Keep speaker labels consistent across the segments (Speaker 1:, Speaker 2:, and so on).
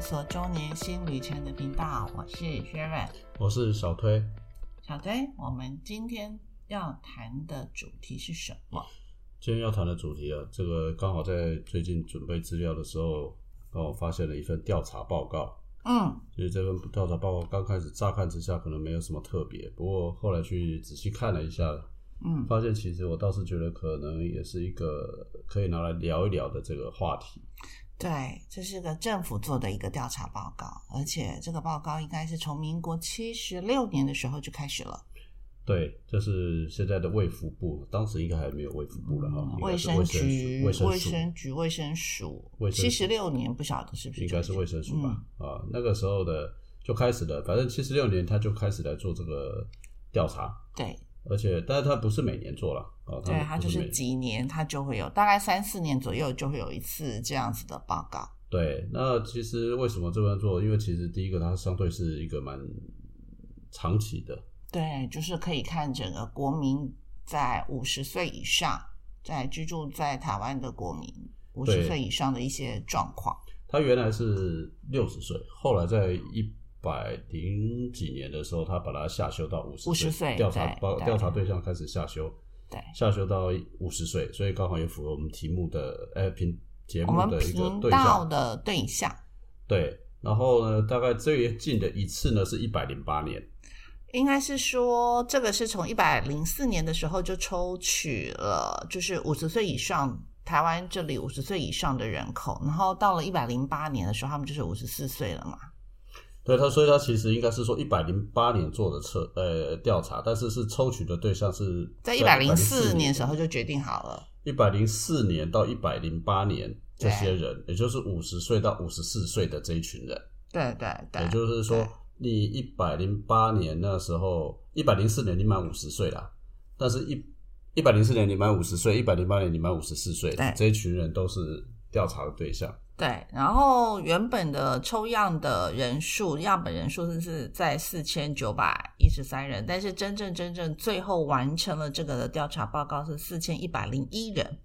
Speaker 1: 索中年新旅程的频道，我是 Sharon
Speaker 2: 我是小推。
Speaker 1: 小堆。我们今天要谈的主题是什么？
Speaker 2: 今天要谈的主题啊，这个刚好在最近准备资料的时候，刚好发现了一份调查报告。
Speaker 1: 嗯，
Speaker 2: 其实这份调查报告刚开始乍看之下可能没有什么特别，不过后来去仔细看了一下，
Speaker 1: 嗯
Speaker 2: 发现其实我倒是觉得可能也是一个可以拿来聊一聊的这个话题。
Speaker 1: 对，这是个政府做的一个调查报告，而且这个报告应该是从民国七十六年的时候就开始了。
Speaker 2: 对，这是现在的卫福部，当时应该还没有卫福部了哈，啊应该是
Speaker 1: 生
Speaker 2: 生
Speaker 1: 局、
Speaker 2: 卫
Speaker 1: 卫
Speaker 2: 生署
Speaker 1: 生局、卫生署
Speaker 2: 卫，生
Speaker 1: 七
Speaker 2: 署
Speaker 1: 十六年不晓得是不是
Speaker 2: 应该是卫生署
Speaker 1: 嗯
Speaker 2: 吧？啊，那个时候的就开始了，反正七十六年他就开始来做这个调查，
Speaker 1: 对
Speaker 2: 而且但是他不是每年做了啊，
Speaker 1: 对，
Speaker 2: 他
Speaker 1: 它
Speaker 2: 啊不
Speaker 1: 就是
Speaker 2: 每
Speaker 1: 是几年它就会有，大概三四年左右就会有一次这样子的报告。
Speaker 2: 对。那其实为什么这么做？因为其实第一个它相对是一个蛮长期的，
Speaker 1: 对，就是可以看整个国民在五十岁以上，在居住在台湾的国民五十
Speaker 2: 对
Speaker 1: 岁以上的一些状况。
Speaker 2: 他原来是六十岁，后来在一百零几年的时候，他把它下修到五十
Speaker 1: 50岁
Speaker 2: 调查
Speaker 1: 对
Speaker 2: 报
Speaker 1: 对
Speaker 2: 调查对象开始下修，
Speaker 1: 对，
Speaker 2: 下修到五十岁，所以刚好也符合我们题目的呃评节
Speaker 1: 我
Speaker 2: 目
Speaker 1: 们
Speaker 2: 的一个
Speaker 1: 频
Speaker 2: 对
Speaker 1: 道
Speaker 2: 象。
Speaker 1: 的对象
Speaker 2: 对，然后呢，大概最近的一次呢是一百零八年，
Speaker 1: 应该是说，这个是从一百零四年的时候就抽取了，就是五十岁以上台湾这里五十岁以上的人口，然后到了一百零八年的时候，他们就是五十四岁了嘛。
Speaker 2: 对他，所以他其实应该是说一百零八年做的测呃调查，但是是抽取的对象是
Speaker 1: 在一百零四
Speaker 2: 104
Speaker 1: 年的时候就决定好了。
Speaker 2: 一百零四年到一百零八年这
Speaker 1: 对
Speaker 2: 些人，也就是五十岁到五十四岁的这一群人，
Speaker 1: 对对对，
Speaker 2: 也就是
Speaker 1: 对
Speaker 2: 说，你一百零八年那时候，一百零四年你满五十岁啦，但是一一百零四年你满五十岁，一百零八年你满五十四岁
Speaker 1: 对，
Speaker 2: 这一群人都是调查的对象。
Speaker 1: 对，然后原本的抽样的人数，样本人数是是在四千九百一十三人，但是真正真正最后完成了这个的调查报告是四千一百零一人，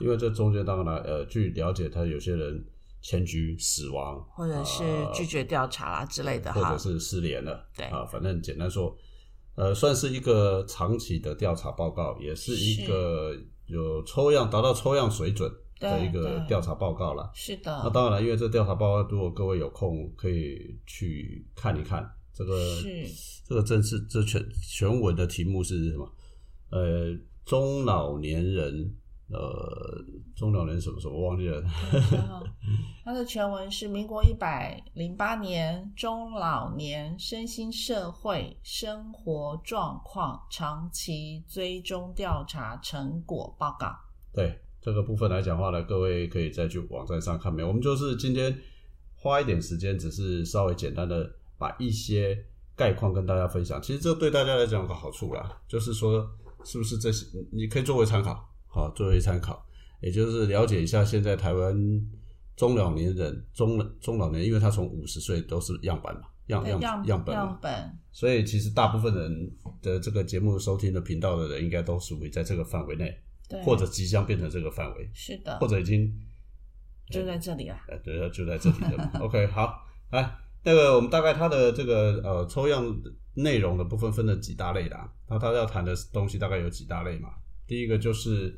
Speaker 2: 因为这中间当然呃，据了解，他有些人迁居、死亡，
Speaker 1: 或者是
Speaker 2: 呃
Speaker 1: 拒绝调查啦之类的
Speaker 2: 或
Speaker 1: 哈
Speaker 2: 者。是失联了，
Speaker 1: 对
Speaker 2: 啊，反正简单说，呃，算是一个长期的调查报告，也是一个有抽样达到抽样水准的
Speaker 1: 对
Speaker 2: 一个
Speaker 1: 对嗯
Speaker 2: 调查报告了。
Speaker 1: 是
Speaker 2: 那
Speaker 1: 的，
Speaker 2: 当然了，因为这调查报告，如果各位有空可以去看一看，这个
Speaker 1: 是
Speaker 2: 这个真是这全全文的题目是什么？呃，中老年人，呃，中老年什么什么忘记了。
Speaker 1: 它的全文是民国一百零八年中老年身心社会生活状况长期追踪调查成果报告。
Speaker 2: 对这个部分来讲话呢，各位可以再去网站上看没有？我们就是今天花一点时间，只是稍微简单的把一些概况跟大家分享。其实这对大家来讲有个好处啦，就是说是不是这些你可以作为参考，好作为参考，也就是了解一下现在台湾中老年人中中老年，因为他从五十岁都是样板嘛，样样
Speaker 1: 样
Speaker 2: 样本嘛
Speaker 1: 样本
Speaker 2: 所以其实大部分人的这个节目收听的频道的人，应该都属于在这个范围内，
Speaker 1: 对，
Speaker 2: 或者即将变成这个范围。
Speaker 1: 是的，
Speaker 2: 或者已经
Speaker 1: 就在这里啦。
Speaker 2: 呃，对，就在这里的嘛。OK，好，来，那个我们大概它的这个呃抽样内容的部分分了几大类啦。那它要谈的东西大概有几大类嘛？第一个就是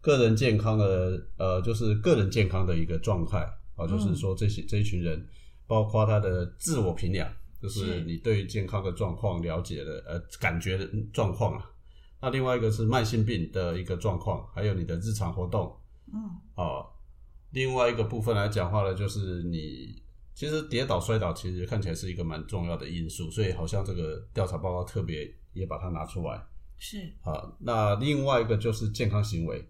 Speaker 2: 个人健康的呃，就是个人健康的一个状态啊，就是说这些这一群人，包括他的自我评量，就是
Speaker 1: 是
Speaker 2: 你对于健康的状况了解的呃感觉的状况啊。那另外一个是慢性病的一个状况，还有你的日常活动，
Speaker 1: 嗯，
Speaker 2: 哦，另外一个部分来讲话呢，就是你其实跌倒摔倒其实看起来是一个蛮重要的因素，所以好像这个调查报告特别也把它拿出来
Speaker 1: 是
Speaker 2: 啊。那另外一个就是健康行为，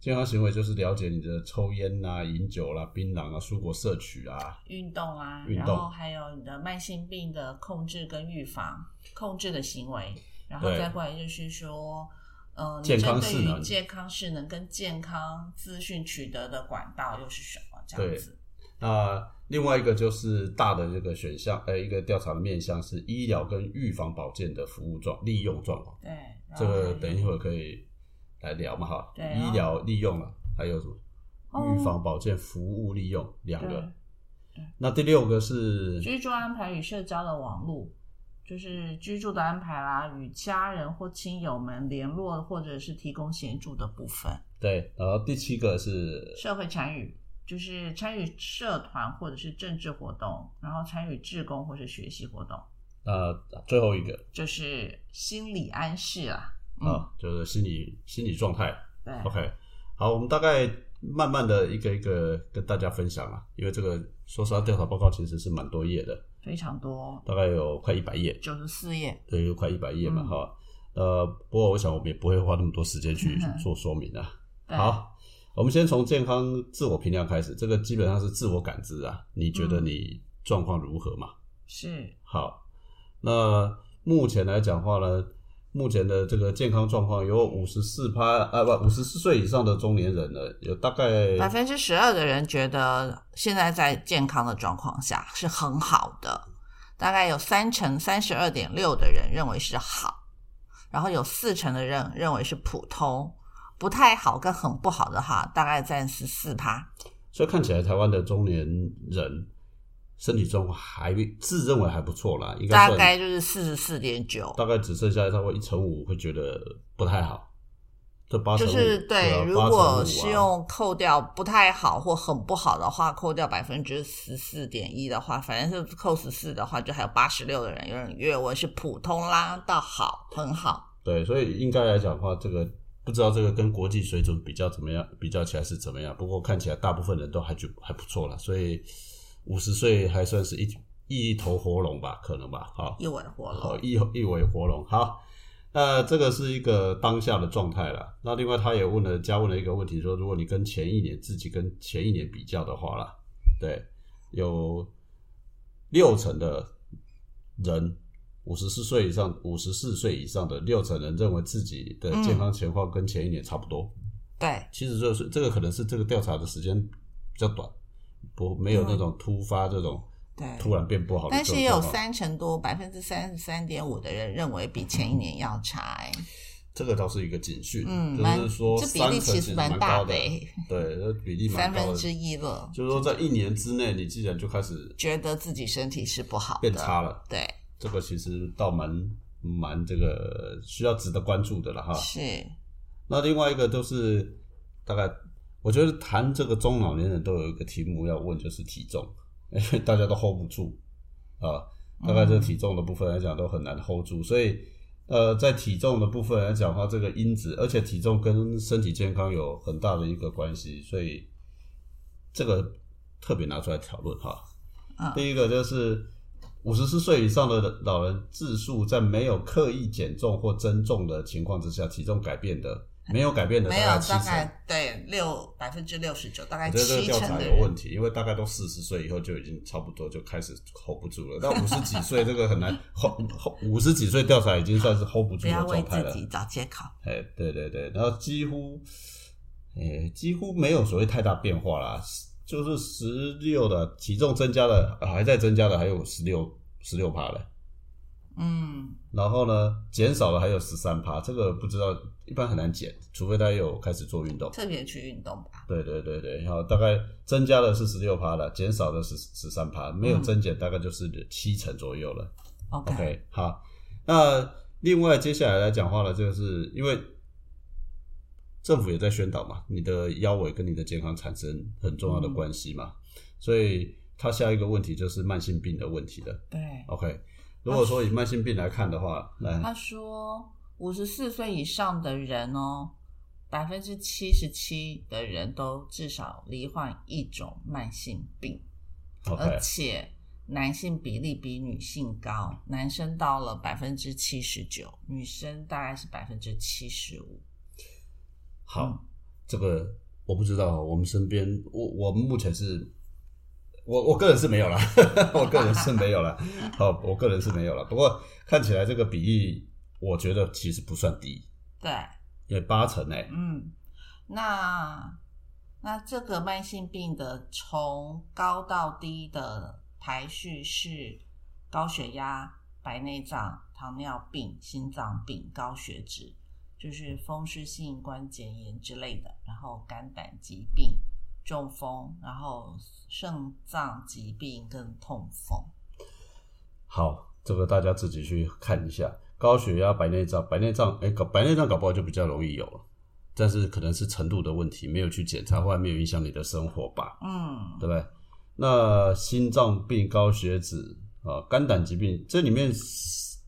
Speaker 2: 健康行为就是了解你的抽烟啦、饮酒啦、槟榔啊、蔬果摄取啊，
Speaker 1: 运动啊，
Speaker 2: 运
Speaker 1: 然
Speaker 2: 动
Speaker 1: 后还有你的慢性病的控制跟预防，控制的行为，然后
Speaker 2: 对
Speaker 1: 再过来就是说，呃，你
Speaker 2: 健康
Speaker 1: 针
Speaker 2: 势
Speaker 1: 对于
Speaker 2: 能
Speaker 1: 健康势能跟健康资讯取得的管道又是什么？这样
Speaker 2: 对
Speaker 1: 子，
Speaker 2: 那另外一个就是大的这个选项，呃，一个调查的面向是医疗跟预防保健的服务状利用状况，
Speaker 1: 对，然后
Speaker 2: 这
Speaker 1: 还
Speaker 2: 个
Speaker 1: 有
Speaker 2: 等一会儿可以来聊嘛哈。
Speaker 1: 哦对
Speaker 2: 啊医疗利用了，还有什么？
Speaker 1: 哦
Speaker 2: 预防保健服务利用两个
Speaker 1: 对，
Speaker 2: 那第六个是
Speaker 1: 居住安排与社交的网络，就是居住的安排啦，与家人或亲友们联络或者是提供协助的部分。
Speaker 2: 对，然后第七个是
Speaker 1: 社会参与就是参与社团或者是政治活动，然后参与志工或是学习活动，
Speaker 2: 呃最后一个
Speaker 1: 就是心理暗示啦。
Speaker 2: 啊、就是心理心理状态。
Speaker 1: 嗯，对，
Speaker 2: OK，好，我们大概慢慢的一个一个跟大家分享啊，因为这个说实话调查报告其实是蛮多页的，
Speaker 1: 非常多，
Speaker 2: 大概有快一百页，
Speaker 1: 九十四页。
Speaker 2: 对，有快一百页嘛
Speaker 1: 嗯
Speaker 2: 哈、呃，不过我想我们也不会花那么多时间 去做说明啊。
Speaker 1: 对，
Speaker 2: 好，我们先从健康自我评量开始，这个基本上是自我感知啊，你觉得
Speaker 1: 嗯
Speaker 2: 你状况如何嘛？
Speaker 1: 是
Speaker 2: 好，那目前来讲话呢，目前的这个健康状况有五十四趴啊，不，五十四岁以上的中年人呢，有大概
Speaker 1: 百分之十二的人觉得现在在健康的状况下是很好的，大概有三成三十二点六的人认为是好，然后有四成的人认为是普通，不太好跟很不好的哈，大概占十四趴。
Speaker 2: 所以看起来台湾的中年人身体状况还自认为还不错啦，应该
Speaker 1: 大
Speaker 2: 算
Speaker 1: 概就是四十四点九，
Speaker 2: 大概只剩下差不多一成五会觉得不太好，这八成
Speaker 1: 就
Speaker 2: 五
Speaker 1: 是对。
Speaker 2: 啊
Speaker 1: 如
Speaker 2: 八成五
Speaker 1: 果
Speaker 2: 啊
Speaker 1: 是用扣掉不太好或很不好的话，扣掉百分之十四点一的话，反正是扣十四的话，就还有八十六的人有人约我是普通啦到好，很好。
Speaker 2: 对，所以应该来讲的话，这个不知道这个跟国际水准比较怎么样，比较起来是怎么样。不过看起来大部分人都还觉还不错了，所以五十岁还算是一一头活龙吧，可能吧，好，
Speaker 1: 一尾活
Speaker 2: 好
Speaker 1: 龙，
Speaker 2: 一一尾活龙，好。那这个是一个当下的状态啦。那另外他也问了，加问了一个问题，说如果你跟前一年自己跟前一年比较的话啦，对，有六成的人，五十四岁以上，五十四岁以上的六成人认为自己的健康情况跟前一年差不多。
Speaker 1: 嗯对，
Speaker 2: 其实就是这个可能是这个调查的时间比较短，不没有那种突发这种
Speaker 1: 对
Speaker 2: 突然变不好
Speaker 1: 嗯
Speaker 2: 的这
Speaker 1: 但
Speaker 2: 种
Speaker 1: 是也有
Speaker 2: 状况。
Speaker 1: 三成多，百分之三十三点五的人认为比前一年要差、欸，
Speaker 2: 这个倒是一个警讯，
Speaker 1: 嗯
Speaker 2: 就是
Speaker 1: 蛮
Speaker 2: 说
Speaker 1: 这比
Speaker 2: 三
Speaker 1: 例
Speaker 2: 成
Speaker 1: 其实
Speaker 2: 蛮
Speaker 1: 蛮大
Speaker 2: 高
Speaker 1: 的
Speaker 2: 的
Speaker 1: 欸，
Speaker 2: 对，这比例蛮
Speaker 1: 三
Speaker 2: 高
Speaker 1: 分
Speaker 2: 的。
Speaker 1: 之一了，
Speaker 2: 就是说，在一年之内，你既然就开始
Speaker 1: 觉得自己身体是不好的，
Speaker 2: 变差了，
Speaker 1: 对，
Speaker 2: 这个其实倒蛮蛮这个需要值得关注的了哈。
Speaker 1: 是
Speaker 2: 那另外一个就是大概，我觉得谈这个中老年人都有一个题目要问，就是体重， 因为大家都 hold 不住啊。大概这个体重的部分来讲都很难 hold 住，所以呃，在体重的部分来讲的话，这个因子，而且体重跟身体健康有很大的一个关系，所以这个特别拿出来讨论哈。
Speaker 1: 嗯
Speaker 2: 第一个就是五十四岁以上的老人自述，在没有刻意减重或增重的情况之下，体重改变的没有改变的
Speaker 1: 哎没有
Speaker 2: 七
Speaker 1: 大
Speaker 2: 成。
Speaker 1: 概对六百分之六十九，大概
Speaker 2: 我觉得这个
Speaker 1: 七
Speaker 2: 调
Speaker 1: 成
Speaker 2: 查
Speaker 1: 的
Speaker 2: 有
Speaker 1: 人
Speaker 2: 问题，因为大概都四十岁以后就已经差不多就开始 hold 不住了。但五十几岁这个很难 hold hold，五十几岁调查已经算是 hold 不
Speaker 1: 不
Speaker 2: 住的
Speaker 1: 要为
Speaker 2: 状态
Speaker 1: 自
Speaker 2: 了。
Speaker 1: 己找借口。
Speaker 2: 哎，对对对，然后几乎，哎，几乎没有所谓太大变化啦，就是十六的体重增加了，啊还在增加的还有十六十六趴嘞，
Speaker 1: 嗯，
Speaker 2: 然后呢，减少了还有十三趴，这个不知道一般很难减，除非他有开始做运动。
Speaker 1: 特别去运动吧。
Speaker 2: 对对对对，然后大概增加的是十六趴了，减少的是十三趴，没有
Speaker 1: 嗯
Speaker 2: 增减大概就是七成左右了。
Speaker 1: OK，,
Speaker 2: OK，好，那另外接下来来讲话呢，就是因为政府也在宣导嘛，你的腰围跟你的健康产生很重要的关系嘛，所以它下一个问题就是慢性病的问题了。
Speaker 1: 对。
Speaker 2: OK，如果说以慢性病来看的话，来
Speaker 1: 他说，五十四岁以上的人哦，百分之七十七的人都至少罹患一种慢性病，
Speaker 2: ，OK，
Speaker 1: 而且男性比例比女性高，男生到了百分之七十九，女生大概是百分之七十五。
Speaker 2: 好，这个我不知道，我们身边，我我们目前是，我我个人是没有啦， 我个人是没有啦，好，我个人是没有啦。不过看起来这个比例，我觉得其实不算低，
Speaker 1: 对，
Speaker 2: 因为八成哎、
Speaker 1: 嗯，那那这个慢性病的从高到低的排序是高血压、白内障、糖尿病、心脏病、高血脂，就是风湿性关节炎之类的，然后肝胆疾病、中风，然后肾脏疾病跟痛风。
Speaker 2: 好，这个大家自己去看一下。高血压、白内障，白内障，哎，搞白内障搞不好就比较容易有了，但是可能是程度的问题，没有去检查，或者没有影响你的生活吧，
Speaker 1: 嗯
Speaker 2: 对不对？那心脏病、高血脂啊、肝胆疾病，这里面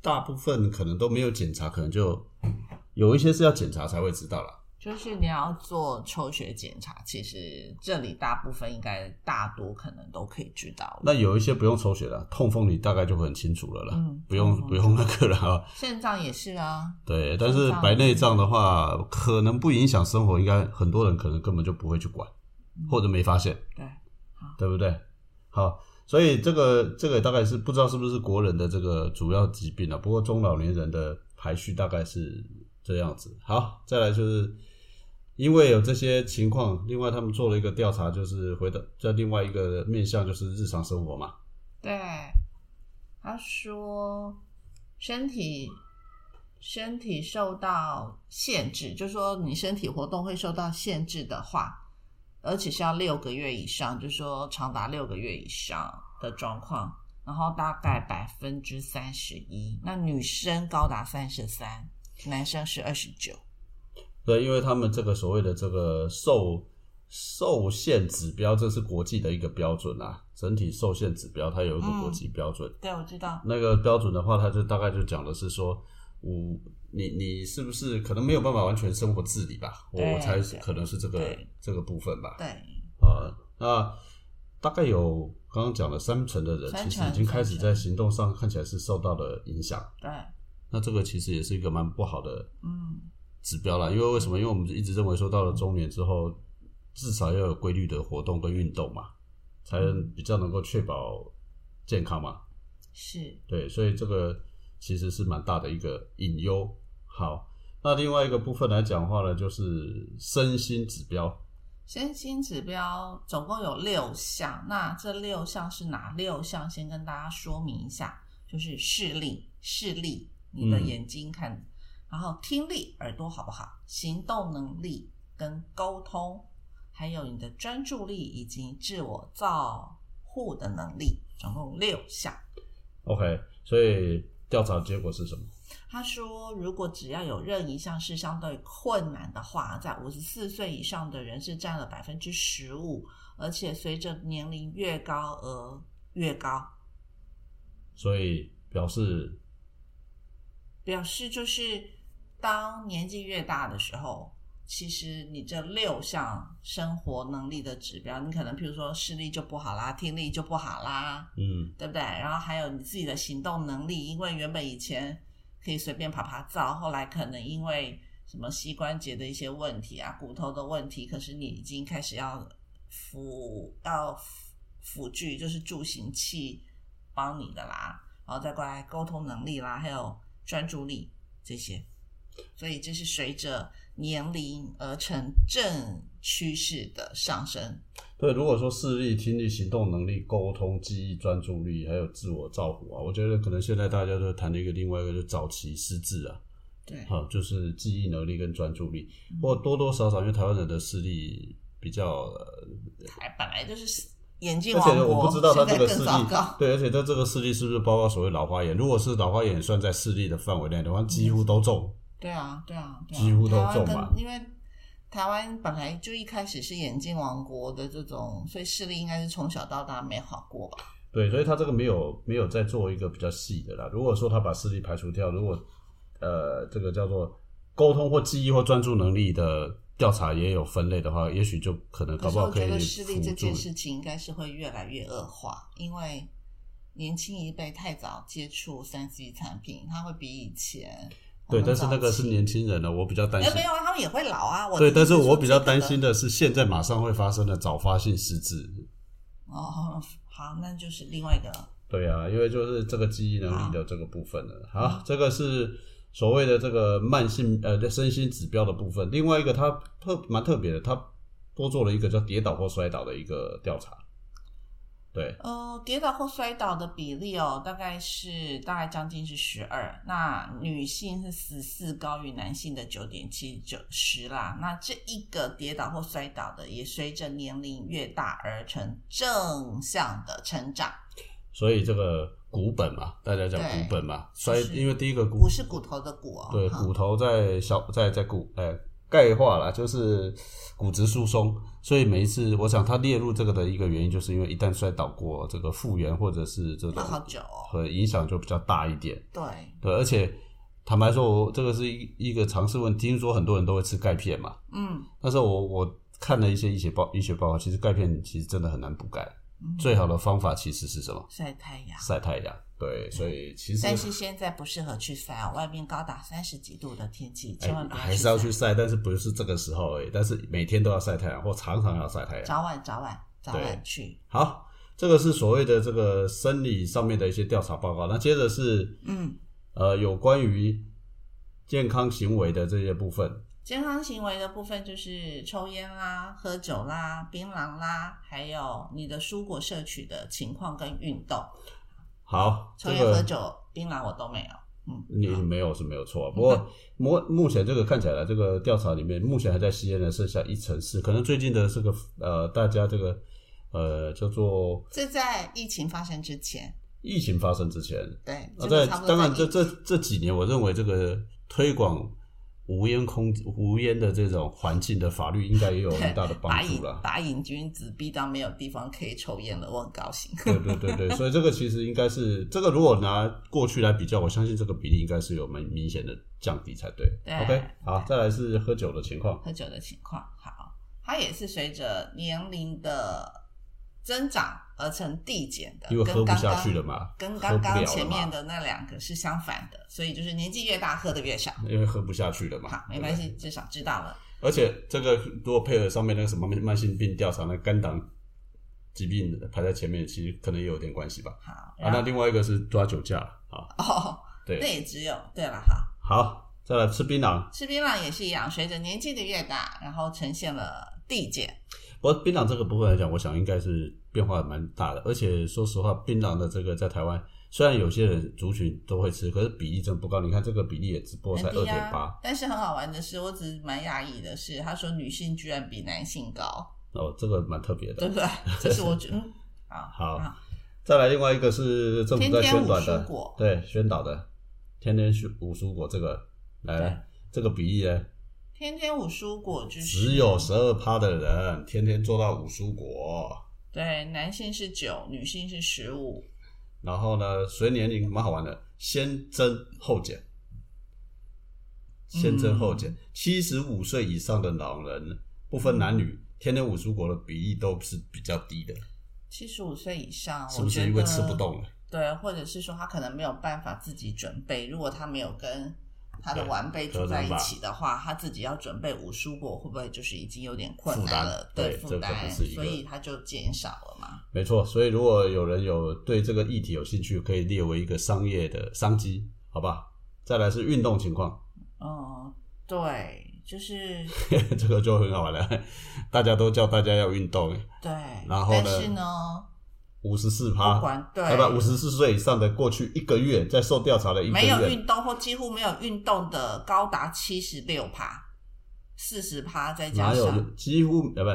Speaker 2: 大部分可能都没有检查，可能就有一些是要检查才会知道啦。
Speaker 1: 就是你要做抽血检查，其实这里大部分应该大多可能都可以知道了。
Speaker 2: 那有一些不用抽血的，痛风你大概就会很清楚了啦，
Speaker 1: 嗯
Speaker 2: 不用
Speaker 1: 痛风
Speaker 2: 不用那个了啊。
Speaker 1: 肾脏也是啊，
Speaker 2: 对，但是白内障的话，可能不影响生活，应该很多人可能根本就不会去管，或者没发现，
Speaker 1: 对，
Speaker 2: 对不对？好，所以这个这个大概是不知道是不是国人的这个主要疾病啊了、不过中老年人的排序大概是这样子。好，再来就是因为有这些情况，另外他们做了一个调查，就是回到在另外一个面向就是日常生活嘛，
Speaker 1: 对，他说身体身体受到限制，就说你身体活动会受到限制的话，而且是要六个月以上，就说长达六个月以上的状况，然后大概百分之三十一，那女生高达三十三，男生是二十九。
Speaker 2: 对，因为他们这个所谓的这个受受限指标，这是国际的一个标准啊，整体受限指标它有一个国际标准。
Speaker 1: 对，我知道，
Speaker 2: 那个标准的话，它就大概就讲的是说，五你你是不是可能没有办法完全生活自理吧？我
Speaker 1: 对
Speaker 2: 我猜
Speaker 1: 对
Speaker 2: 可能是这个
Speaker 1: 对
Speaker 2: 这个部分吧。
Speaker 1: 对，
Speaker 2: 呃，那大概有刚刚讲了三成的人，
Speaker 1: 三
Speaker 2: 其实
Speaker 1: 成
Speaker 2: 已经开始
Speaker 1: 三成
Speaker 2: 在行动上看起来是受到了影响。
Speaker 1: 对，
Speaker 2: 那这个其实也是一个蛮不好的
Speaker 1: 嗯，
Speaker 2: 指标啦，因为为什么？因为我们一直认为说到了中年之后，至少要有规律的活动跟运动嘛，才能
Speaker 1: 嗯
Speaker 2: 比较能够确保健康嘛。
Speaker 1: 是，
Speaker 2: 对，所以这个其实是蛮大的一个隐忧。好，那另外一个部分来讲的话呢，就是身心指标。
Speaker 1: 身心指标总共有六项，那这六项是哪六项？先跟大家说明一下，就是视力，视力，你的
Speaker 2: 嗯
Speaker 1: 眼睛看，然后听力，耳朵好不好？行动能力跟沟通，还有你的专注力以及自我照护的能力，总共六项。
Speaker 2: OK，所以调查结果是什么？
Speaker 1: 他说，如果只要有任一项是相对困难的话，在五十四岁以上的人是占了百分之十五，而且随着年龄越高而越高，
Speaker 2: 所以表示
Speaker 1: 表示就是当年纪越大的时候，其实你这六项生活能力的指标，你可能譬如说视力就不好啦，听力就不好啦，
Speaker 2: 嗯
Speaker 1: 对不对？然后还有你自己的行动能力，因为原本以前可以随便爬爬照，后来可能因为什么膝关节的一些问题啊、骨头的问题，可是你已经开始要辅要辅辅具，就是助行器帮你的啦，然后再过来沟通能力啦，还有专注力这些，所以这是随着年龄而成正趋势的上升。
Speaker 2: 对，如果说视力、听力、行动能力、沟通、记忆、专注力，还有自我照顾啊，我觉得可能现在大家都谈的一个另外一个，就早期失智啊，
Speaker 1: 对，
Speaker 2: 啊，就是记忆能力跟专注力，
Speaker 1: 嗯
Speaker 2: 或多多少少因为台湾人的视力比较，呃
Speaker 1: 台本来就是眼镜
Speaker 2: 而
Speaker 1: 王
Speaker 2: 且
Speaker 1: 国，
Speaker 2: 我不知道他
Speaker 1: 现
Speaker 2: 这
Speaker 1: 在
Speaker 2: 个
Speaker 1: 更
Speaker 2: 视
Speaker 1: 糟
Speaker 2: 力
Speaker 1: 糕，
Speaker 2: 对，而且他这个视力是不是包括所谓老花眼？如果是老花眼算在视力的范围内的话，几乎都中。
Speaker 1: 对啊，对啊，对啊
Speaker 2: 几乎都
Speaker 1: 台湾
Speaker 2: 中嘛
Speaker 1: 跟因为台湾本来就一开始是眼镜王国的这种，所以视力应该是从小到大没好过吧？
Speaker 2: 对，所以他这个没有没有再做一个比较细的啦。如果说他把视力排除掉，如果呃这个叫做沟通或记忆或专注能力的调查也有分类的话，也许就可能搞
Speaker 1: 可是
Speaker 2: 不好
Speaker 1: 我
Speaker 2: 可
Speaker 1: 觉
Speaker 2: 以
Speaker 1: 得视力这
Speaker 2: 辅助
Speaker 1: 件事情应该是会越来越恶化，因为年轻一辈太早接触三 C 产品，他会比以前我
Speaker 2: 对，
Speaker 1: 们
Speaker 2: 但是
Speaker 1: 早
Speaker 2: 那个是
Speaker 1: 期
Speaker 2: 年轻人了，我比较担
Speaker 1: 哎
Speaker 2: 心。
Speaker 1: 没有啊，他们也会老啊。我
Speaker 2: 对，
Speaker 1: 的
Speaker 2: 但
Speaker 1: 意
Speaker 2: 是
Speaker 1: 思
Speaker 2: 我
Speaker 1: 说
Speaker 2: 比较
Speaker 1: 这个
Speaker 2: 担
Speaker 1: 的
Speaker 2: 心的是，现在马上会发生的早发性失智。
Speaker 1: 哦，好，那就是另外一个
Speaker 2: 对啊，因为就是这个记忆能
Speaker 1: 啊
Speaker 2: 力的这个部分了。好，这个是所谓的这个慢性呃身心指标的部分。另外一个它特蛮特别的，它多做了一个叫跌倒或摔倒的一个调查。对，
Speaker 1: 呃，跌倒或摔倒的比例哦，大概是大概将近是十二，那女性是十四，高于男性的九点七九十啦。那这一个跌倒或摔倒的，也随着年龄越大而成正向的成长，
Speaker 2: 所以这个骨本嘛，大家讲
Speaker 1: 对
Speaker 2: 骨本嘛，摔，
Speaker 1: 是
Speaker 2: 因为第一个骨
Speaker 1: 骨是骨头的骨哦，
Speaker 2: 对，
Speaker 1: 哈
Speaker 2: 骨头在小在在骨呃钙化啦，就是骨质疏松。所以每一次，我想它列入这个的一个原因，就是因为一旦摔倒过，这个复原或者是这种
Speaker 1: 要好久哦，
Speaker 2: 和影响就比较大一点。
Speaker 1: 对，
Speaker 2: 对，而且坦白说，我这个是一一个常识问题。听说很多人都会吃钙片嘛，
Speaker 1: 嗯，
Speaker 2: 但是我我看了一些医学报医学报告，其实钙片其实真的很难补钙。
Speaker 1: 嗯
Speaker 2: 最好的方法其实是什么？
Speaker 1: 晒太阳。
Speaker 2: 晒太阳。对，所以其实哎
Speaker 1: 但是现在不适合去晒哦，外面高达三十几度的天气，
Speaker 2: 哎
Speaker 1: 千万不要
Speaker 2: 还是要
Speaker 1: 去
Speaker 2: 去
Speaker 1: 晒，
Speaker 2: 晒，但是不是这个时候而已，但是每天都要晒太阳，或常常要晒太阳。
Speaker 1: 早晚早晚早晚去，
Speaker 2: 好，这个是所谓的这个生理上面的一些调查报告。那接着是
Speaker 1: 嗯。
Speaker 2: 呃有关于健康行为的这些部分。
Speaker 1: 健康行为的部分就是抽烟啦、喝酒啦、槟榔啦，还有你的蔬果摄取的情况跟运动。
Speaker 2: 好，
Speaker 1: 抽
Speaker 2: 这
Speaker 1: 烟、喝
Speaker 2: 个
Speaker 1: 酒、槟榔我都没有。嗯，
Speaker 2: 你没有是没有错，不过目目前这个看起来，这个调查里面目前还在吸烟的剩下一成四，可能最近的这个呃大家这个呃叫做
Speaker 1: 这在疫情发生之前，
Speaker 2: 疫情发生之前，
Speaker 1: 对，
Speaker 2: 啊，
Speaker 1: 这
Speaker 2: 在
Speaker 1: 个差不多
Speaker 2: 当然
Speaker 1: 在
Speaker 2: 这
Speaker 1: 疫
Speaker 2: 这这几年，我认为这个推广无烟空无烟的这种环境的法律，应该也有很大的帮
Speaker 1: 把
Speaker 2: 助
Speaker 1: 瘾
Speaker 2: 啦。
Speaker 1: 把瘾君子逼到没有地方可以抽烟了，我很高兴。
Speaker 2: 对对对对，所以这个其实应该是这个，如果拿过去来比较，我相信这个比例应该是有蛮明显的降低才对。
Speaker 1: 对
Speaker 2: OK，好，再来是喝酒的情况，
Speaker 1: 喝酒的情况。好，它也是随着年龄的增长而成递减的，
Speaker 2: 因为喝
Speaker 1: 跟
Speaker 2: 不
Speaker 1: 刚
Speaker 2: 下
Speaker 1: 刚
Speaker 2: 去了嘛，
Speaker 1: 跟
Speaker 2: 喝
Speaker 1: 刚
Speaker 2: 不
Speaker 1: 刚
Speaker 2: 了了
Speaker 1: 前面
Speaker 2: 嘛，
Speaker 1: 的那两个是相反的，所以就是年纪越大喝的越少。
Speaker 2: 因为喝不下去了嘛。
Speaker 1: 好，没
Speaker 2: 对不对
Speaker 1: 关系，至少知道了。
Speaker 2: 而且这个如果配合上面那个什么慢性病调查，那肝胆疾病排在前面，其实可能也有点关系吧。
Speaker 1: 好，
Speaker 2: 啊，
Speaker 1: 然后、
Speaker 2: 那另外一个是抓酒驾啊，
Speaker 1: 哦， 那
Speaker 2: 对，
Speaker 1: 也只有对了哈。
Speaker 2: 好，再来吃槟榔。
Speaker 1: 吃槟榔也是一样，随着年纪的越大，然后呈现了递减。
Speaker 2: 不过槟榔这个部分来讲，我想应该是变化蛮大的，而且说实话，槟榔的这个在台湾虽然有些人族群都会吃，可是比例真不高。你看这个比例也只不过才
Speaker 1: 很
Speaker 2: 二
Speaker 1: 低
Speaker 2: 点八
Speaker 1: 啊，但是很好玩的是，我只是蛮讶异的是，他说女性居然比男性高，
Speaker 2: 哦，这个蛮特别
Speaker 1: 对
Speaker 2: 的。
Speaker 1: 不对？这是我觉得，嗯，好，
Speaker 2: 好，再来另外一个是政府在
Speaker 1: 天天
Speaker 2: 宣传
Speaker 1: 五
Speaker 2: 的
Speaker 1: 蔬果，
Speaker 2: 对，宣导的天天五蔬果这个，
Speaker 1: 对
Speaker 2: 来这个比例呢，
Speaker 1: 天天五蔬果就是
Speaker 2: 只有十二趴的人天天做到五蔬果。
Speaker 1: 对，男性是九，女性是十五，
Speaker 2: 然后呢，随年龄蛮好玩的，先增后减，先增后
Speaker 1: 嗯
Speaker 2: 减。七十五岁以上的老人，不分男女，天天五蔬果的比例都是比较低的，
Speaker 1: 七十五岁以上，
Speaker 2: 是不是
Speaker 1: 啊我觉
Speaker 2: 因为
Speaker 1: 得
Speaker 2: 吃不动了？
Speaker 1: 对，或者是说他可能没有办法自己准备，如果他没有跟他的晚辈住在一起的话，他自己要准备五蔬果，会不会就是已经有点困难了？
Speaker 2: 负担对
Speaker 1: 负
Speaker 2: 这
Speaker 1: 担，
Speaker 2: 个不是一个
Speaker 1: 所以他就减少了嘛。
Speaker 2: 没错，所以如果有人有对这个议题有兴趣，可以列为一个商业的商机，好吧？再来是运动情况，
Speaker 1: 嗯，对，就是
Speaker 2: 这个就很好玩了，大家都叫大家要运动，
Speaker 1: 对。
Speaker 2: 然后呢
Speaker 1: 但是呢，
Speaker 2: 五十四
Speaker 1: 不
Speaker 2: 趴，
Speaker 1: 管对，
Speaker 2: 要不五十四岁以上的过去一个月在受调查的一个
Speaker 1: 没
Speaker 2: 月
Speaker 1: 有运动或几乎没有运动的高达七十六趴，四十趴再加
Speaker 2: 哪有
Speaker 1: 上
Speaker 2: 几乎呃不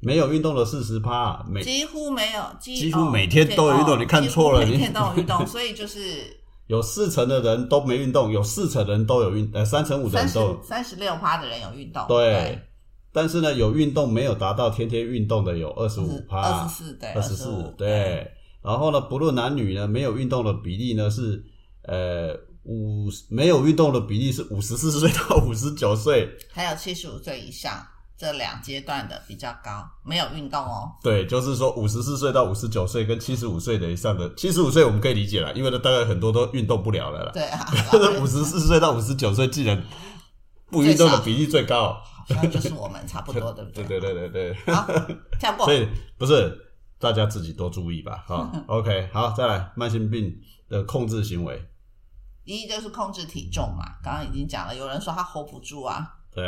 Speaker 2: 没有运动的四十趴，每
Speaker 1: 几乎没有，几
Speaker 2: 几乎每天都有运动
Speaker 1: 哦
Speaker 2: 你看错了
Speaker 1: 几乎每
Speaker 2: 你
Speaker 1: 天都有运 动，所以就是
Speaker 2: 有四成的人都没运动，有四成人都有运呃三成五的
Speaker 1: 三
Speaker 2: 人
Speaker 1: 十
Speaker 2: 都有
Speaker 1: 三十六趴的人有运动，
Speaker 2: 对，，但是呢有运动没有达到天天运动的有二十五
Speaker 1: 二
Speaker 2: 趴
Speaker 1: 十，四对，
Speaker 2: 二十四
Speaker 1: 25，
Speaker 2: 对，然后呢不论男女呢没有运动的比例呢是呃五没有运动的比例是五十四岁到五十九岁，
Speaker 1: 还有七十五岁以上这两阶段的比较高，没有运动哦，
Speaker 2: 对，就是说五十四岁到五十九岁跟七十五岁的以上的七十五岁我们可以理解了，因为呢大概很多都运动不了了啦。
Speaker 1: 对啊，
Speaker 2: 五十四岁到五十九岁，竟然不运动的比例最高。
Speaker 1: 好像就是我们差不多，对不
Speaker 2: 对对
Speaker 1: 对
Speaker 2: 对对对，
Speaker 1: 对，好，跳过
Speaker 2: 所，以不是大家自己多注意吧？哈、o k 好，再来慢性病的控制行为，
Speaker 1: 一就是控制体重嘛，刚刚已经讲了，有人说他 hold 不住啊，
Speaker 2: 对。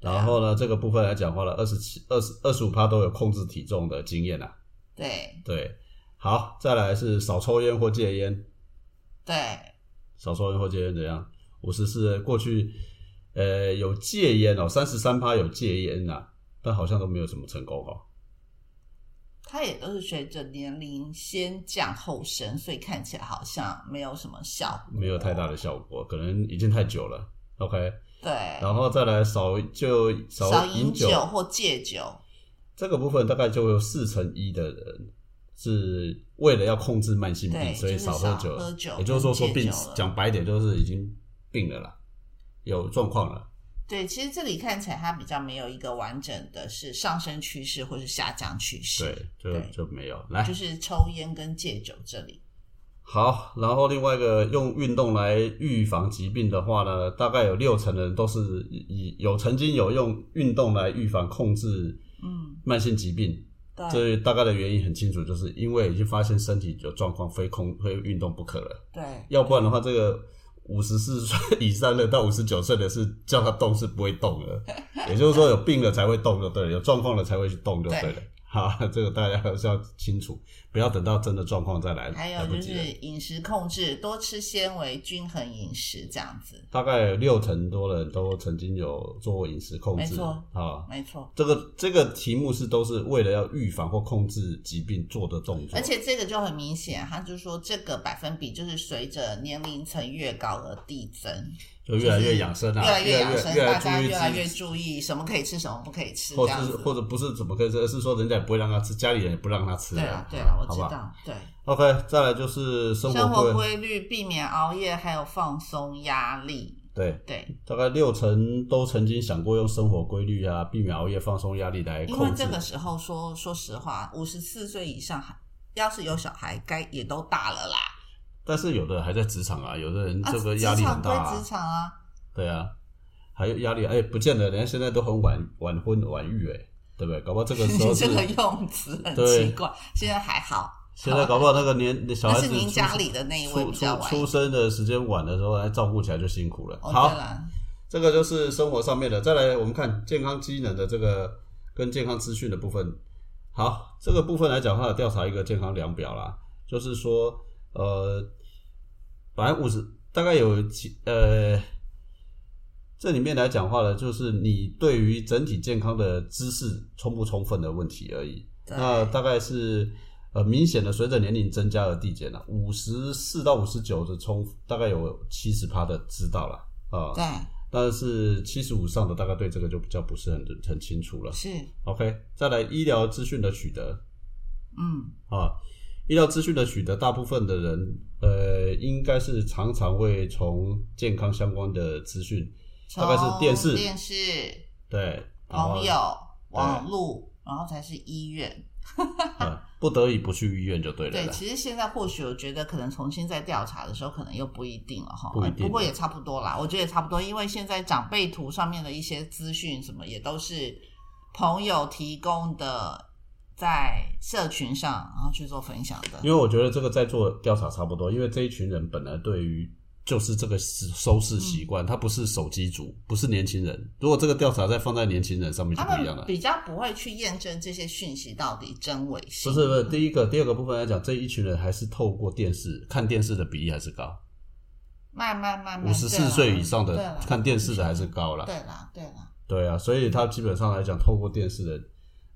Speaker 1: 对啊
Speaker 2: 然后呢，这个部分来讲话了，二十七、二十二十五趴都有控制体重的经验啊。
Speaker 1: 对，
Speaker 2: 对，好，再来是少抽烟或戒烟，
Speaker 1: 对，
Speaker 2: 少抽烟或戒烟怎样？五十四过去，呃，有戒烟哦，三十三趴有戒烟呐、但好像都没有什么成功哦。
Speaker 1: 它也都是随着年龄先降后升，所以看起来好像没有什么效果，
Speaker 2: 没有太大的效果，可能已经太久了。OK，
Speaker 1: 对，
Speaker 2: 然后再来少就
Speaker 1: 少
Speaker 2: 饮
Speaker 1: 饮酒或戒酒，
Speaker 2: 这个部分大概就有四成一的人是为了要控制慢性病，
Speaker 1: 对
Speaker 2: 所以
Speaker 1: 就是
Speaker 2: 少喝
Speaker 1: 少
Speaker 2: 酒了。
Speaker 1: 喝酒
Speaker 2: 也就是说，说
Speaker 1: 跟戒
Speaker 2: 病
Speaker 1: 酒了
Speaker 2: 讲白一点就是已经病了啦，有状况了。
Speaker 1: 对，其实这里看起来它比较没有一个完整的是上升趋势或是下降趋势，
Speaker 2: 对，就
Speaker 1: 对
Speaker 2: 就没有来
Speaker 1: 就是抽烟跟戒酒这里，
Speaker 2: 好。然后另外一个用运动来预防疾病的话呢，大概有六成的人都是以有曾经有用运动来预防控制
Speaker 1: 嗯，
Speaker 2: 慢性疾病。
Speaker 1: 对
Speaker 2: 这大概的原因很清楚，就是因为已经发现身体有状况，非控非运动不可了。
Speaker 1: 对
Speaker 2: 要不然的话，这个五十四岁以上的到五十九岁的是叫他动是不会动 的，也就是说有病了才会动就对了，有状况了才会去动就对了
Speaker 1: 对。
Speaker 2: 好，这个大家还是要清楚，不要等到真的状况再来，
Speaker 1: 还
Speaker 2: 来
Speaker 1: 有
Speaker 2: 不
Speaker 1: 就
Speaker 2: 及了
Speaker 1: 是饮食控制，多吃纤维，均衡饮食这样子，
Speaker 2: 大概有六成多人都曾经有做过饮食控制，
Speaker 1: 没错
Speaker 2: 啊。
Speaker 1: 没错。
Speaker 2: 这个这个题目是都是为了要预防或控制疾病做的动作，
Speaker 1: 而且这个就很明显，他就说这个百分比就是随着年龄层越高而递增，
Speaker 2: 就越来越养生啊，
Speaker 1: 越来越养生，
Speaker 2: 越
Speaker 1: 大
Speaker 2: 来
Speaker 1: 家
Speaker 2: 注意
Speaker 1: 越来
Speaker 2: 自己
Speaker 1: 越注意什么可以吃，什么不可以吃，
Speaker 2: 或
Speaker 1: 这
Speaker 2: 是
Speaker 1: 样子。
Speaker 2: 或者不是怎么可以吃，是说人家也不会让他吃，家里人也不让他吃、
Speaker 1: 对啊，对啊，我
Speaker 2: 好
Speaker 1: 知
Speaker 2: 吧
Speaker 1: 道，对。
Speaker 2: OK，再来就是生
Speaker 1: 生活
Speaker 2: 活规
Speaker 1: 规律，避免熬夜，还有放松压力。
Speaker 2: 对，
Speaker 1: 对，
Speaker 2: 大概六成都曾经想过用生活规律啊，避免熬夜、放松压力来
Speaker 1: 因为
Speaker 2: 控制
Speaker 1: 这。个时候说说实话，五十四岁以上还要是有小孩，该也都大了啦。
Speaker 2: 但是有的还在职场啊，有的人
Speaker 1: 啊，
Speaker 2: 这个
Speaker 1: 职
Speaker 2: 压力
Speaker 1: 场
Speaker 2: 很大、
Speaker 1: 归
Speaker 2: 啊
Speaker 1: 职，场啊，
Speaker 2: 对啊，还有压力，哎、不见得，人家现在都很晚晚婚晚育、哎，对不对？搞不好这个 时候
Speaker 1: 你
Speaker 2: 是
Speaker 1: 这，个用词很
Speaker 2: 对
Speaker 1: 奇怪。现在还好，
Speaker 2: 现在搞不好那个年小
Speaker 1: 那
Speaker 2: 孩
Speaker 1: 是
Speaker 2: 子
Speaker 1: 您
Speaker 2: 出
Speaker 1: 家里的那一位
Speaker 2: 出
Speaker 1: 比较
Speaker 2: 出
Speaker 1: 晚。
Speaker 2: 出生的时间晚的时候，来照顾起来就辛苦了。
Speaker 1: 哦，
Speaker 2: 好
Speaker 1: 对，啦，
Speaker 2: 这个就是生活上面的。再来，我们看健康机能的这个跟健康资讯的部分。好，这个部分来讲，它有调查一个健康量表啦，就是说，呃，百分之五十大概有几呃，这里面来讲话呢，就是你对于整体健康的知识充不充分的问题而已。
Speaker 1: 对
Speaker 2: 那大概是呃明显的随着年龄增加而递减了，五十四到五十九的充大概有七十趴的知道了啊。
Speaker 1: 对
Speaker 2: 但是七十五上的大概对这个就比较不是很很清楚了。
Speaker 1: 是
Speaker 2: OK，再来医疗资讯的取得
Speaker 1: 嗯
Speaker 2: 啊，医疗资讯的取得，大部分的人呃应该是常常会从健康相关的资讯，大概是电视
Speaker 1: 从电视、
Speaker 2: 对，然后
Speaker 1: 朋友、
Speaker 2: 对
Speaker 1: 网络，然后才是医院。
Speaker 2: 呃不得已不去医院就对了
Speaker 1: 对，
Speaker 2: 啦。
Speaker 1: 其实现在或许我觉得可能重新再调查的时候，可能又不一定了哈。
Speaker 2: 不一定
Speaker 1: 哎过也差不多啦，我觉得也差不多，因为现在长辈图上面的一些资讯什么也都是朋友提供的，在社群上然后去做分享的。
Speaker 2: 因为我觉得这个在做调查差不多，因为这一群人本来对于就是这个收视习
Speaker 1: 嗯
Speaker 2: 惯，他不是手机族，不是年轻人。如果这个调查再放在年轻人上面就
Speaker 1: 他
Speaker 2: 不一样啊
Speaker 1: 们
Speaker 2: 了。
Speaker 1: 比较不会去验证这些讯息到底真伪性。
Speaker 2: 不是不是，第一个第二个部分来讲，这一群人还是透过电视看电视的比例还是高，
Speaker 1: 慢慢慢慢，
Speaker 2: 五十四岁以上的看电视的还是
Speaker 1: 高
Speaker 2: 高了。
Speaker 1: 啊对啦对啦，
Speaker 2: 对啊，所以他基本上来讲，透过电视的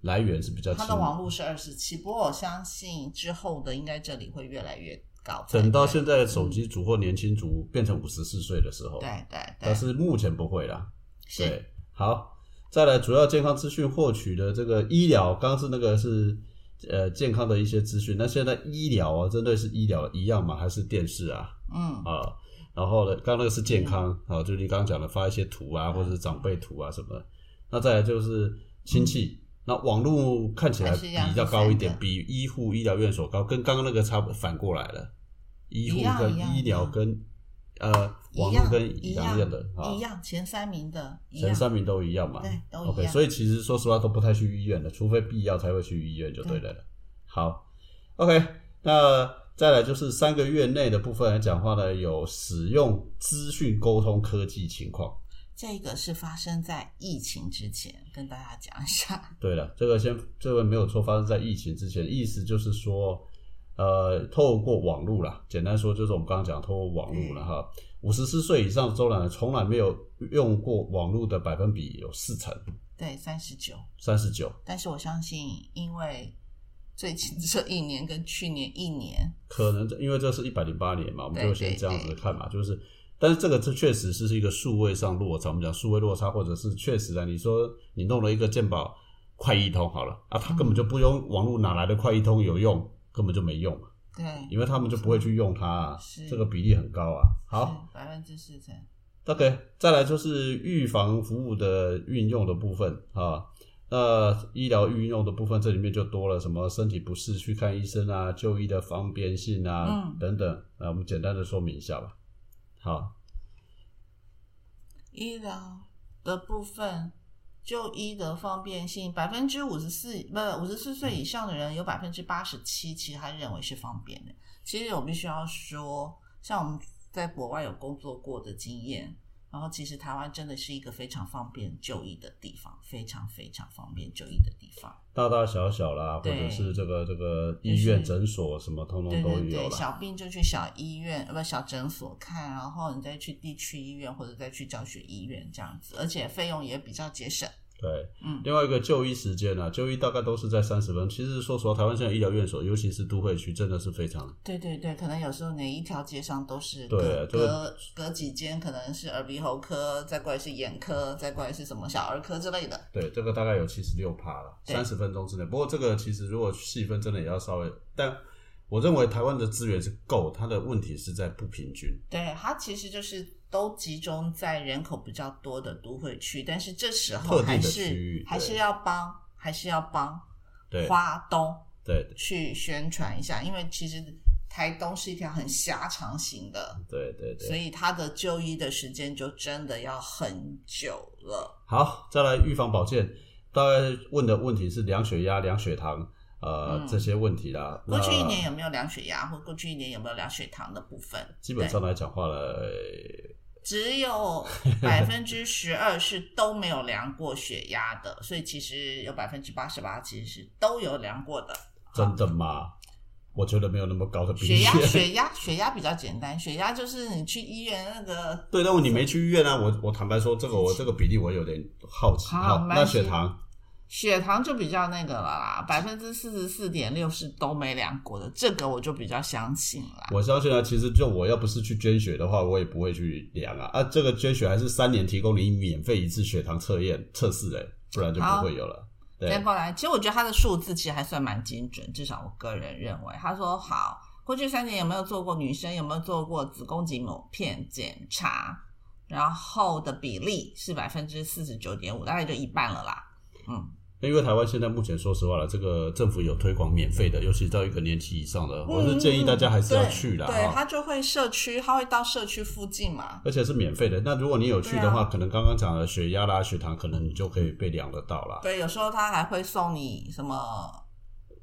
Speaker 2: 来源是比较
Speaker 1: 他
Speaker 2: 轻
Speaker 1: 的网络是二十七，不过我相信之后的应该这里会越来越高才对。嗯
Speaker 2: 等到现在的手机族或年轻族变成五十四岁的时候，
Speaker 1: 对对对，
Speaker 2: 但是目前不会啦。
Speaker 1: 是
Speaker 2: 对，好，再来主要健康资讯获取的这个医疗，刚刚是那个是呃健康的一些资讯，那现在医疗啊，针对是医疗一样吗？还是电视啊？
Speaker 1: 嗯，
Speaker 2: 啊，然后呢，刚刚那个是健康啊，就是你刚刚讲的发一些图啊，或者是长辈图啊什么的。那再来就是亲戚，那网络看起
Speaker 1: 嗯
Speaker 2: 来
Speaker 1: 还是一样
Speaker 2: 比较高一
Speaker 1: 是三
Speaker 2: 点，
Speaker 1: 个
Speaker 2: 比医护医疗院所高，跟刚刚那个差不反过来了，医护
Speaker 1: 一样
Speaker 2: 跟
Speaker 1: 一样
Speaker 2: 医疗
Speaker 1: 一样
Speaker 2: 跟呃网
Speaker 1: 一
Speaker 2: 络
Speaker 1: 样
Speaker 2: 跟
Speaker 1: 一
Speaker 2: 两样的啊
Speaker 1: 一，样前三名的，一
Speaker 2: 前
Speaker 1: 样
Speaker 2: 三名都一样嘛
Speaker 1: 对都一样
Speaker 2: OK，所以其实说实话都不太去医院的，除非必要才会去医院就对了。好，OK，那再来就是三个月内的部分来讲话呢，有使用资讯沟通科技情况。
Speaker 1: 这个是发生在疫情之前，跟大家讲一下。
Speaker 2: 对了，这个先这个没有错，发生在疫情之前，意思就是说，呃，透过网络啦，简单说就是我们刚刚讲透过网络了
Speaker 1: 嗯
Speaker 2: 哈。五十四岁以上的中老年从来没有用过网络的百分比有四成，
Speaker 1: 对，三十九。
Speaker 2: 三十九，
Speaker 1: 但是我相信，因为最近这一年跟去年一年，
Speaker 2: 可能因为这是一百零八年嘛，我们
Speaker 1: 对
Speaker 2: 就先
Speaker 1: 对
Speaker 2: 这样子
Speaker 1: 对
Speaker 2: 看嘛，就是，但是这个这确实是一个数位上落差，我们讲数位落差，或者是确实啊，你说你弄了一个健保快易通好了啊，他根本
Speaker 1: 嗯
Speaker 2: 就不用网络哪来的快易通有用，根本就没用嘛，
Speaker 1: 对，
Speaker 2: 因为他们就不会去用它、啊
Speaker 1: 是，
Speaker 2: 这个比例很高啊。好，
Speaker 1: 是百分之四成，
Speaker 2: OK，再来就是预防服务的运用的部分啊。那医疗运用的部分，这里面就多了什么身体不适去看医生啊，就医的方便性啊、
Speaker 1: 嗯
Speaker 2: 等等。那我们简单的说明一下吧。好，
Speaker 1: 医疗的部分，就医的方便性，百分之五十四，不，五十四岁以上的人有百分之八十七，其实他认为是方便的。其实我必须要说，像我们在国外有工作过的经验，然后其实台湾真的是一个非常方便就医的地方，非常非常方便就医的地方。
Speaker 2: 大大小小啦，或
Speaker 1: 对
Speaker 2: 者是这个这个
Speaker 1: 就是
Speaker 2: 医院、诊所什么，通通
Speaker 1: 对
Speaker 2: 都
Speaker 1: 对
Speaker 2: 有
Speaker 1: 对，
Speaker 2: 啦。
Speaker 1: 小病就去小医院，呃，不小诊所看，然后你再去地区医院或者再去教学医院这样子，而且费用也比较节省。
Speaker 2: 对，
Speaker 1: 嗯，
Speaker 2: 另外一个就医时间啊，就医大概都是在三十分。其实说实话，台湾现在医疗院所，尤其是都会区，真的是非常
Speaker 1: 对对对，可能有时候哪一条街上都是
Speaker 2: 对
Speaker 1: 隔
Speaker 2: 这个
Speaker 1: 隔隔几间，可能是耳鼻喉科，再过来是眼科，再过来是什么小儿科之类的。
Speaker 2: 对，这个大概有七十六趴了，
Speaker 1: 对
Speaker 2: 三十分钟之内。不过这个其实如果细分，真的也要稍微，但我认为台湾的资源是够，它的问题是在不平均。
Speaker 1: 对，它其实就是都集中在人口比较多的都会区，但是这时
Speaker 2: 特
Speaker 1: 候
Speaker 2: 定的
Speaker 1: 还
Speaker 2: 区域
Speaker 1: 是还
Speaker 2: 对
Speaker 1: 是要帮，还是要帮
Speaker 2: 对
Speaker 1: 花东
Speaker 2: 对
Speaker 1: 去宣传一下，因为其实台东是一条很狭长型的，
Speaker 2: 对对
Speaker 1: 所
Speaker 2: 对。
Speaker 1: 以它的就医的时间就真的要很久了。
Speaker 2: 好，再来预防保健，大概问的问题是量血压、量血糖，呃，
Speaker 1: 嗯
Speaker 2: 这些问题啦。
Speaker 1: 过去一
Speaker 2: 那
Speaker 1: 年有没有量血压，或过去一年有没有量血糖的部分？
Speaker 2: 基本上
Speaker 1: 对
Speaker 2: 来讲话了，呃
Speaker 1: 只 有百分之十二是都没有量过血压的，所以其实有百分之八十八其实是都有量过的。
Speaker 2: 真的吗？我觉得没有那么高的比
Speaker 1: 血
Speaker 2: 例。
Speaker 1: 压，血压，血压比较简单，血压就是你去医院那个
Speaker 2: 对，但我你没去医院啊，我我坦白说，这个我这个比例我有点好奇。
Speaker 1: 好没
Speaker 2: 那
Speaker 1: 关系
Speaker 2: 血糖
Speaker 1: 血糖就比较那个了啦，百分之四十四点六是都没量过的，这个我就比较相信啦。
Speaker 2: 我相信啊，其实就我要不是去捐血的话，我也不会去量啊。啊，这个捐血还是三年提供你免费一次血糖测验测试哎，不然就不会有了。
Speaker 1: 再
Speaker 2: 对
Speaker 1: 过来，其实我觉得他的数字其实还算蛮精准，至少我个人认为，他说好，过去三年有没有做过女生有没有做过子宫颈抹片检查，然后的比例是百分之四十九点五，大概就一半了啦。嗯，
Speaker 2: 因为台湾现在目前说实话了，这个政府有推广免费的，尤其到一个年纪以上的，我是建议大家还是要去
Speaker 1: 嗯
Speaker 2: 啦。
Speaker 1: 对，对
Speaker 2: 哈
Speaker 1: 他就会社区，他会到社区附近嘛。
Speaker 2: 而且是免费的。那如果你有去的
Speaker 1: 对
Speaker 2: 话，
Speaker 1: 啊
Speaker 2: 可能刚刚讲的血压啦、血糖，可能你就可以被量得到啦。
Speaker 1: 对，有时候他还会送你什么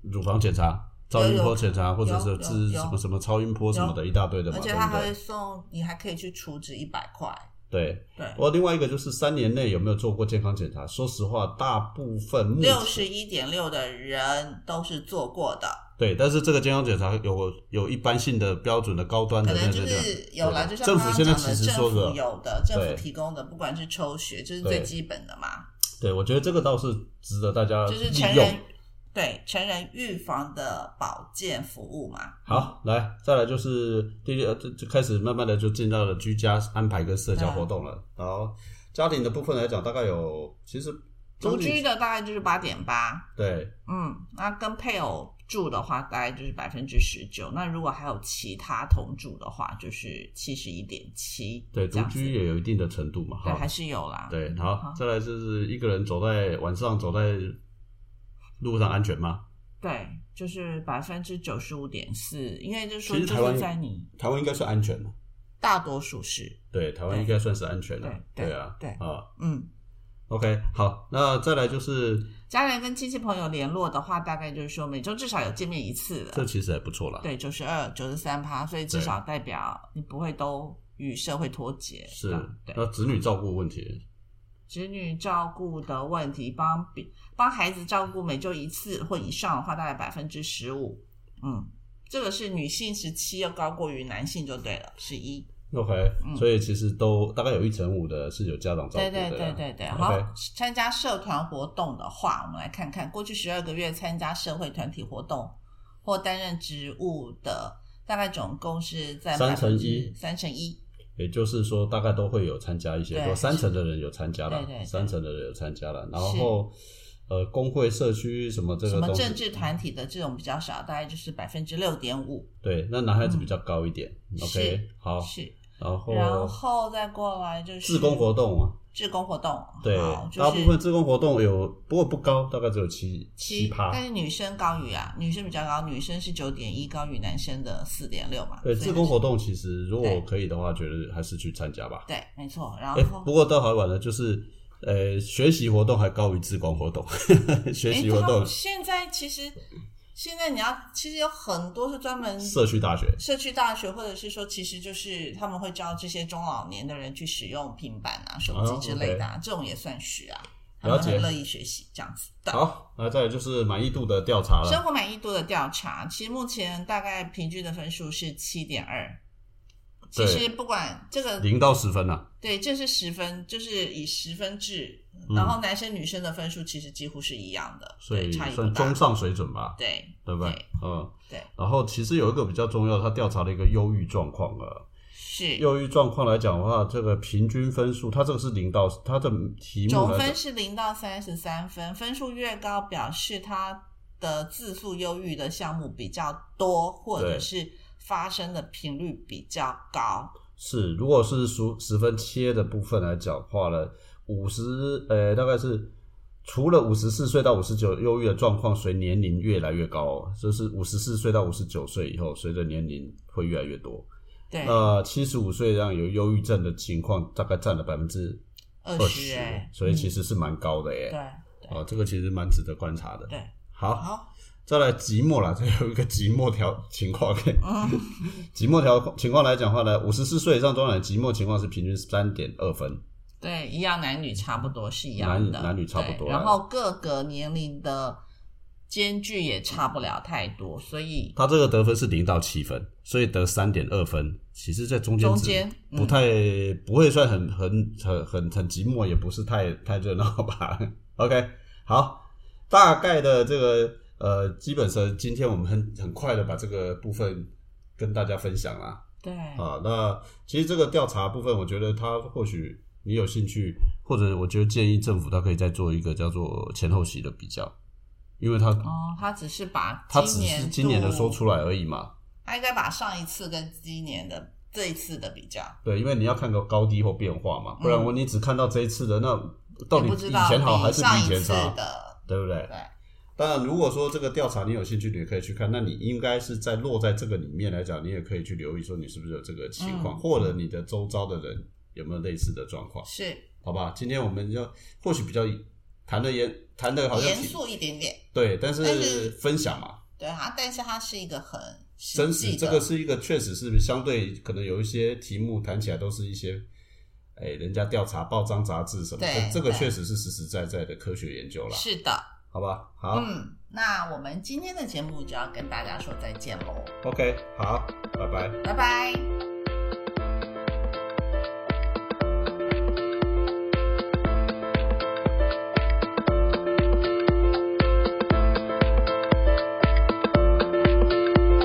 Speaker 2: 乳房检查、超音波检查，或者是
Speaker 1: 有
Speaker 2: 治
Speaker 1: 有
Speaker 2: 什么什么超音波什么的，一大堆的嘛，
Speaker 1: 而且
Speaker 2: 对
Speaker 1: 他
Speaker 2: 不
Speaker 1: 还会
Speaker 2: 对？
Speaker 1: 送你，还可以去储值一百块。
Speaker 2: 对，
Speaker 1: 对，
Speaker 2: 我另外一个就是三年内有没有做过健康检查？说实话，大部分目前
Speaker 1: 六十一点六的人都是做过的，
Speaker 2: 对，但是这个健康检查有有一般性的标准的高端
Speaker 1: 可
Speaker 2: 的那
Speaker 1: 能
Speaker 2: 那
Speaker 1: 就
Speaker 2: 那
Speaker 1: 是有啦，就像
Speaker 2: 啊政
Speaker 1: 刚刚
Speaker 2: 府现在
Speaker 1: 讲
Speaker 2: 其
Speaker 1: 的，
Speaker 2: 实
Speaker 1: 政
Speaker 2: 说
Speaker 1: 府
Speaker 2: 的，
Speaker 1: 有的，政
Speaker 2: 对
Speaker 1: 府提供的，不管是抽血，就是最
Speaker 2: 对
Speaker 1: 基本的嘛，
Speaker 2: 对我觉得这个倒是值得大家
Speaker 1: 就是
Speaker 2: 利
Speaker 1: 成
Speaker 2: 用
Speaker 1: 人。对成人预防的保健服务嘛。
Speaker 2: 好，来，再来就是第六，就就开始慢慢的就进到了居家安排跟社交活动了。
Speaker 1: 嗯
Speaker 2: 然后家庭的部分来讲，大概有其实
Speaker 1: 独居的大概就是八点八，
Speaker 2: 对
Speaker 1: 嗯，那跟配偶住的话大概就是百分之十九，那如果还有其他同住的话，就是七十一点七，
Speaker 2: 对
Speaker 1: 这
Speaker 2: 独
Speaker 1: 样子
Speaker 2: 居也有一定的程度嘛，
Speaker 1: 对
Speaker 2: 哈
Speaker 1: 还，是有啦，
Speaker 2: 对，
Speaker 1: 嗯好
Speaker 2: 好，再来就是一个人走在晚上走在路上安全吗？
Speaker 1: 对，就是百分之九十五点四，因为就是说
Speaker 2: 其实台
Speaker 1: 就
Speaker 2: 湾
Speaker 1: 是在你
Speaker 2: 台湾应该算安全的，
Speaker 1: 大多数是，
Speaker 2: 对，台湾应该算是安全的，
Speaker 1: 对
Speaker 2: 对啊，
Speaker 1: 对
Speaker 2: 啊
Speaker 1: 嗯，
Speaker 2: ，OK，好，那再来就是
Speaker 1: 家人跟亲戚朋友联络的话，大概就是说每周至少有见面一次
Speaker 2: 这
Speaker 1: 了，
Speaker 2: 其实还不错啦，
Speaker 1: 对，九十二、九十三趴，所以至
Speaker 2: 对
Speaker 1: 少代表你不会都与社会脱节，
Speaker 2: 是
Speaker 1: 这样，啊对
Speaker 2: 那。子女照顾问题，
Speaker 1: 子女照顾的问题，帮比帮孩子照顾每周一次或以上的话，大概百分之十五，嗯，这个是女性时期要高过于男性就对了，是一。
Speaker 2: OK，、
Speaker 1: 嗯
Speaker 2: 所以其实都大概有一成五的是有家长照顾
Speaker 1: 对
Speaker 2: 的啦。
Speaker 1: 对对对对，好
Speaker 2: OK，，
Speaker 1: 参加社团活动的话，我们来看看过去十二个月参加社会团体活动或担任职务的，大概总共是在
Speaker 2: 三乘一
Speaker 1: 三乘一，
Speaker 2: 也就是说大概都会有参加一些，
Speaker 1: 对
Speaker 2: 多三成的人有参加了
Speaker 1: 对对对，
Speaker 2: 三成的人有参加了，然后呃工会、社区什么这
Speaker 1: 什
Speaker 2: 个
Speaker 1: 么
Speaker 2: 东西，嗯
Speaker 1: 政治团体的这种比较少，大概就是百分之六点五，
Speaker 2: 对，那男孩子比较高一点。
Speaker 1: 嗯
Speaker 2: OK，好，
Speaker 1: 是，
Speaker 2: 然后
Speaker 1: 然后再过来就是
Speaker 2: 志工活动嘛，
Speaker 1: 志工活动，
Speaker 2: 对
Speaker 1: 好，就是
Speaker 2: 大部分志工活动有，不过不高，大概只有七
Speaker 1: 七，哎
Speaker 2: 趴。
Speaker 1: 但是女生高于啊，女生比较高，女生是九点一，高于男生的四点六嘛，
Speaker 2: 对，
Speaker 1: 所以
Speaker 2: 志
Speaker 1: 就
Speaker 2: 工
Speaker 1: 是
Speaker 2: 活动其实如
Speaker 1: 对
Speaker 2: 果可以的话，觉得还是去参加吧。
Speaker 1: 对，哦没错，然后
Speaker 2: 哎、不过倒好玩的就是，呃，学习活动还高于志工活动， 学
Speaker 1: 诶
Speaker 2: 习活
Speaker 1: 他
Speaker 2: 动
Speaker 1: 们现在其实现在你要，其实有很多是专门
Speaker 2: 社区大学，
Speaker 1: 社区大学，或者是说，其实就是他们会教这些中老年的人去使用平板啊、手机之类的、啊，这种也算学啊，他们
Speaker 2: 了解
Speaker 1: 很乐意学习这样子的。
Speaker 2: 好，那再来就是满意度的调查
Speaker 1: 生
Speaker 2: 了。
Speaker 1: 活满意度的调查，其实目前大概平均的分数是七点二。其
Speaker 2: 对
Speaker 1: 实不管这个
Speaker 2: 零到十分呐、啊，
Speaker 1: 对，这是十分，就是以十分制，
Speaker 2: 嗯
Speaker 1: 然后男生女生的分数其实几乎是一样的，
Speaker 2: 所
Speaker 1: 对，
Speaker 2: 以
Speaker 1: 差异不
Speaker 2: 算
Speaker 1: 大
Speaker 2: 中。上水准吧，
Speaker 1: 对
Speaker 2: 对不对
Speaker 1: 对？
Speaker 2: 嗯，
Speaker 1: 对，
Speaker 2: 然后其实有一个比较重要，他调查了一个忧郁状况啊。
Speaker 1: 是
Speaker 2: 忧郁状况来讲的话，这个平均分数，它这个是零到它的题目
Speaker 1: 总
Speaker 2: 来
Speaker 1: 分
Speaker 2: 讲，
Speaker 1: 是零到三十三分，分数越高，表示他的自诉忧郁的项目比较多，或者
Speaker 2: 对
Speaker 1: 是发生的频率比较高。
Speaker 2: 是如果是数十分切的部分来讲的话呢，五十呃大概是除了五十四岁到五十九忧郁的状况随年龄越来越高哦，就是五十四岁到五十九岁以后，随着年龄会越来越多。
Speaker 1: 对，
Speaker 2: 那七十五岁这样有忧郁症的情况，大概占了百分之
Speaker 1: 二
Speaker 2: 二
Speaker 1: 十
Speaker 2: 十
Speaker 1: 哎，，
Speaker 2: 所以其
Speaker 1: 实、
Speaker 2: 实是蛮高的耶。
Speaker 1: 对对
Speaker 2: 哦，这个其实蛮值得观察的。
Speaker 1: 对，
Speaker 2: 好，
Speaker 1: 好，
Speaker 2: 再来寂寞啦，这 有一个寂寞条情况。
Speaker 1: 嗯，
Speaker 2: 寂寞条情况来讲的话呢，五十四岁以上中老年寂寞情况是平均三点二分。
Speaker 1: 对，一样，男女差不多是一
Speaker 2: 男
Speaker 1: 样
Speaker 2: 女
Speaker 1: 的，
Speaker 2: 男女差不
Speaker 1: 对
Speaker 2: 多啊
Speaker 1: 然后各个年龄的间距也差不了太多，所以
Speaker 2: 他这个得分是零到七分，所以得三点二分。其实，在中间
Speaker 1: 中
Speaker 2: 值
Speaker 1: 间嗯
Speaker 2: 不、太、不会算很很很很很寂寞，也不是太太热闹吧。OK，好，大概的这个呃，基本上今天我们很很快的把这个部分跟大家分享啦。
Speaker 1: 嗯、对，
Speaker 2: 啊，那其实这个调查部分，我觉得它或许你有兴趣，或者我觉得建议政府它可以再做一个叫做前后席的比较，因为它、
Speaker 1: 哦，他只是把
Speaker 2: 它只是今年的
Speaker 1: 度
Speaker 2: 说出来而已嘛。
Speaker 1: 他应该把上一次跟今年的这一次的比较，
Speaker 2: 对，因为你要看个高低或变化嘛，不然
Speaker 1: 嗯
Speaker 2: 我你只看到这一次的，那到底
Speaker 1: 也不
Speaker 2: 比
Speaker 1: 知
Speaker 2: 以
Speaker 1: 道
Speaker 2: 前好还是
Speaker 1: 上
Speaker 2: 比
Speaker 1: 一
Speaker 2: 以前
Speaker 1: 次
Speaker 2: 差，哦
Speaker 1: 的，
Speaker 2: 对不对
Speaker 1: 对？，
Speaker 2: 当然，如果说这个调查你有兴趣，你也可以去看。那你应该是在落在这个里面来讲，你也可以去留意说你是不是有这个情况，
Speaker 1: 嗯
Speaker 2: 或者你的周遭的人有没有类似的状况。
Speaker 1: 是
Speaker 2: 好吧，今天我们要或许比较谈的严，谈的好像
Speaker 1: 严
Speaker 2: 挺
Speaker 1: 肃一点点，
Speaker 2: 对，但
Speaker 1: 但
Speaker 2: 是
Speaker 1: 是
Speaker 2: 分享嘛，
Speaker 1: 对啊，但是它是一个很实
Speaker 2: 真
Speaker 1: 际
Speaker 2: 实
Speaker 1: 的
Speaker 2: 这个是一个确实是相对可能有一些题目谈起来都是一些，哎，人家调查报章杂志什么的，
Speaker 1: 对
Speaker 2: 这个
Speaker 1: 对
Speaker 2: 确实是实实在在的科学研究啦，
Speaker 1: 是的，
Speaker 2: 好吧？好、
Speaker 1: 嗯，那我们今天的节目就要跟大家说再见喽，
Speaker 2: o k 好，拜拜。
Speaker 1: 拜拜。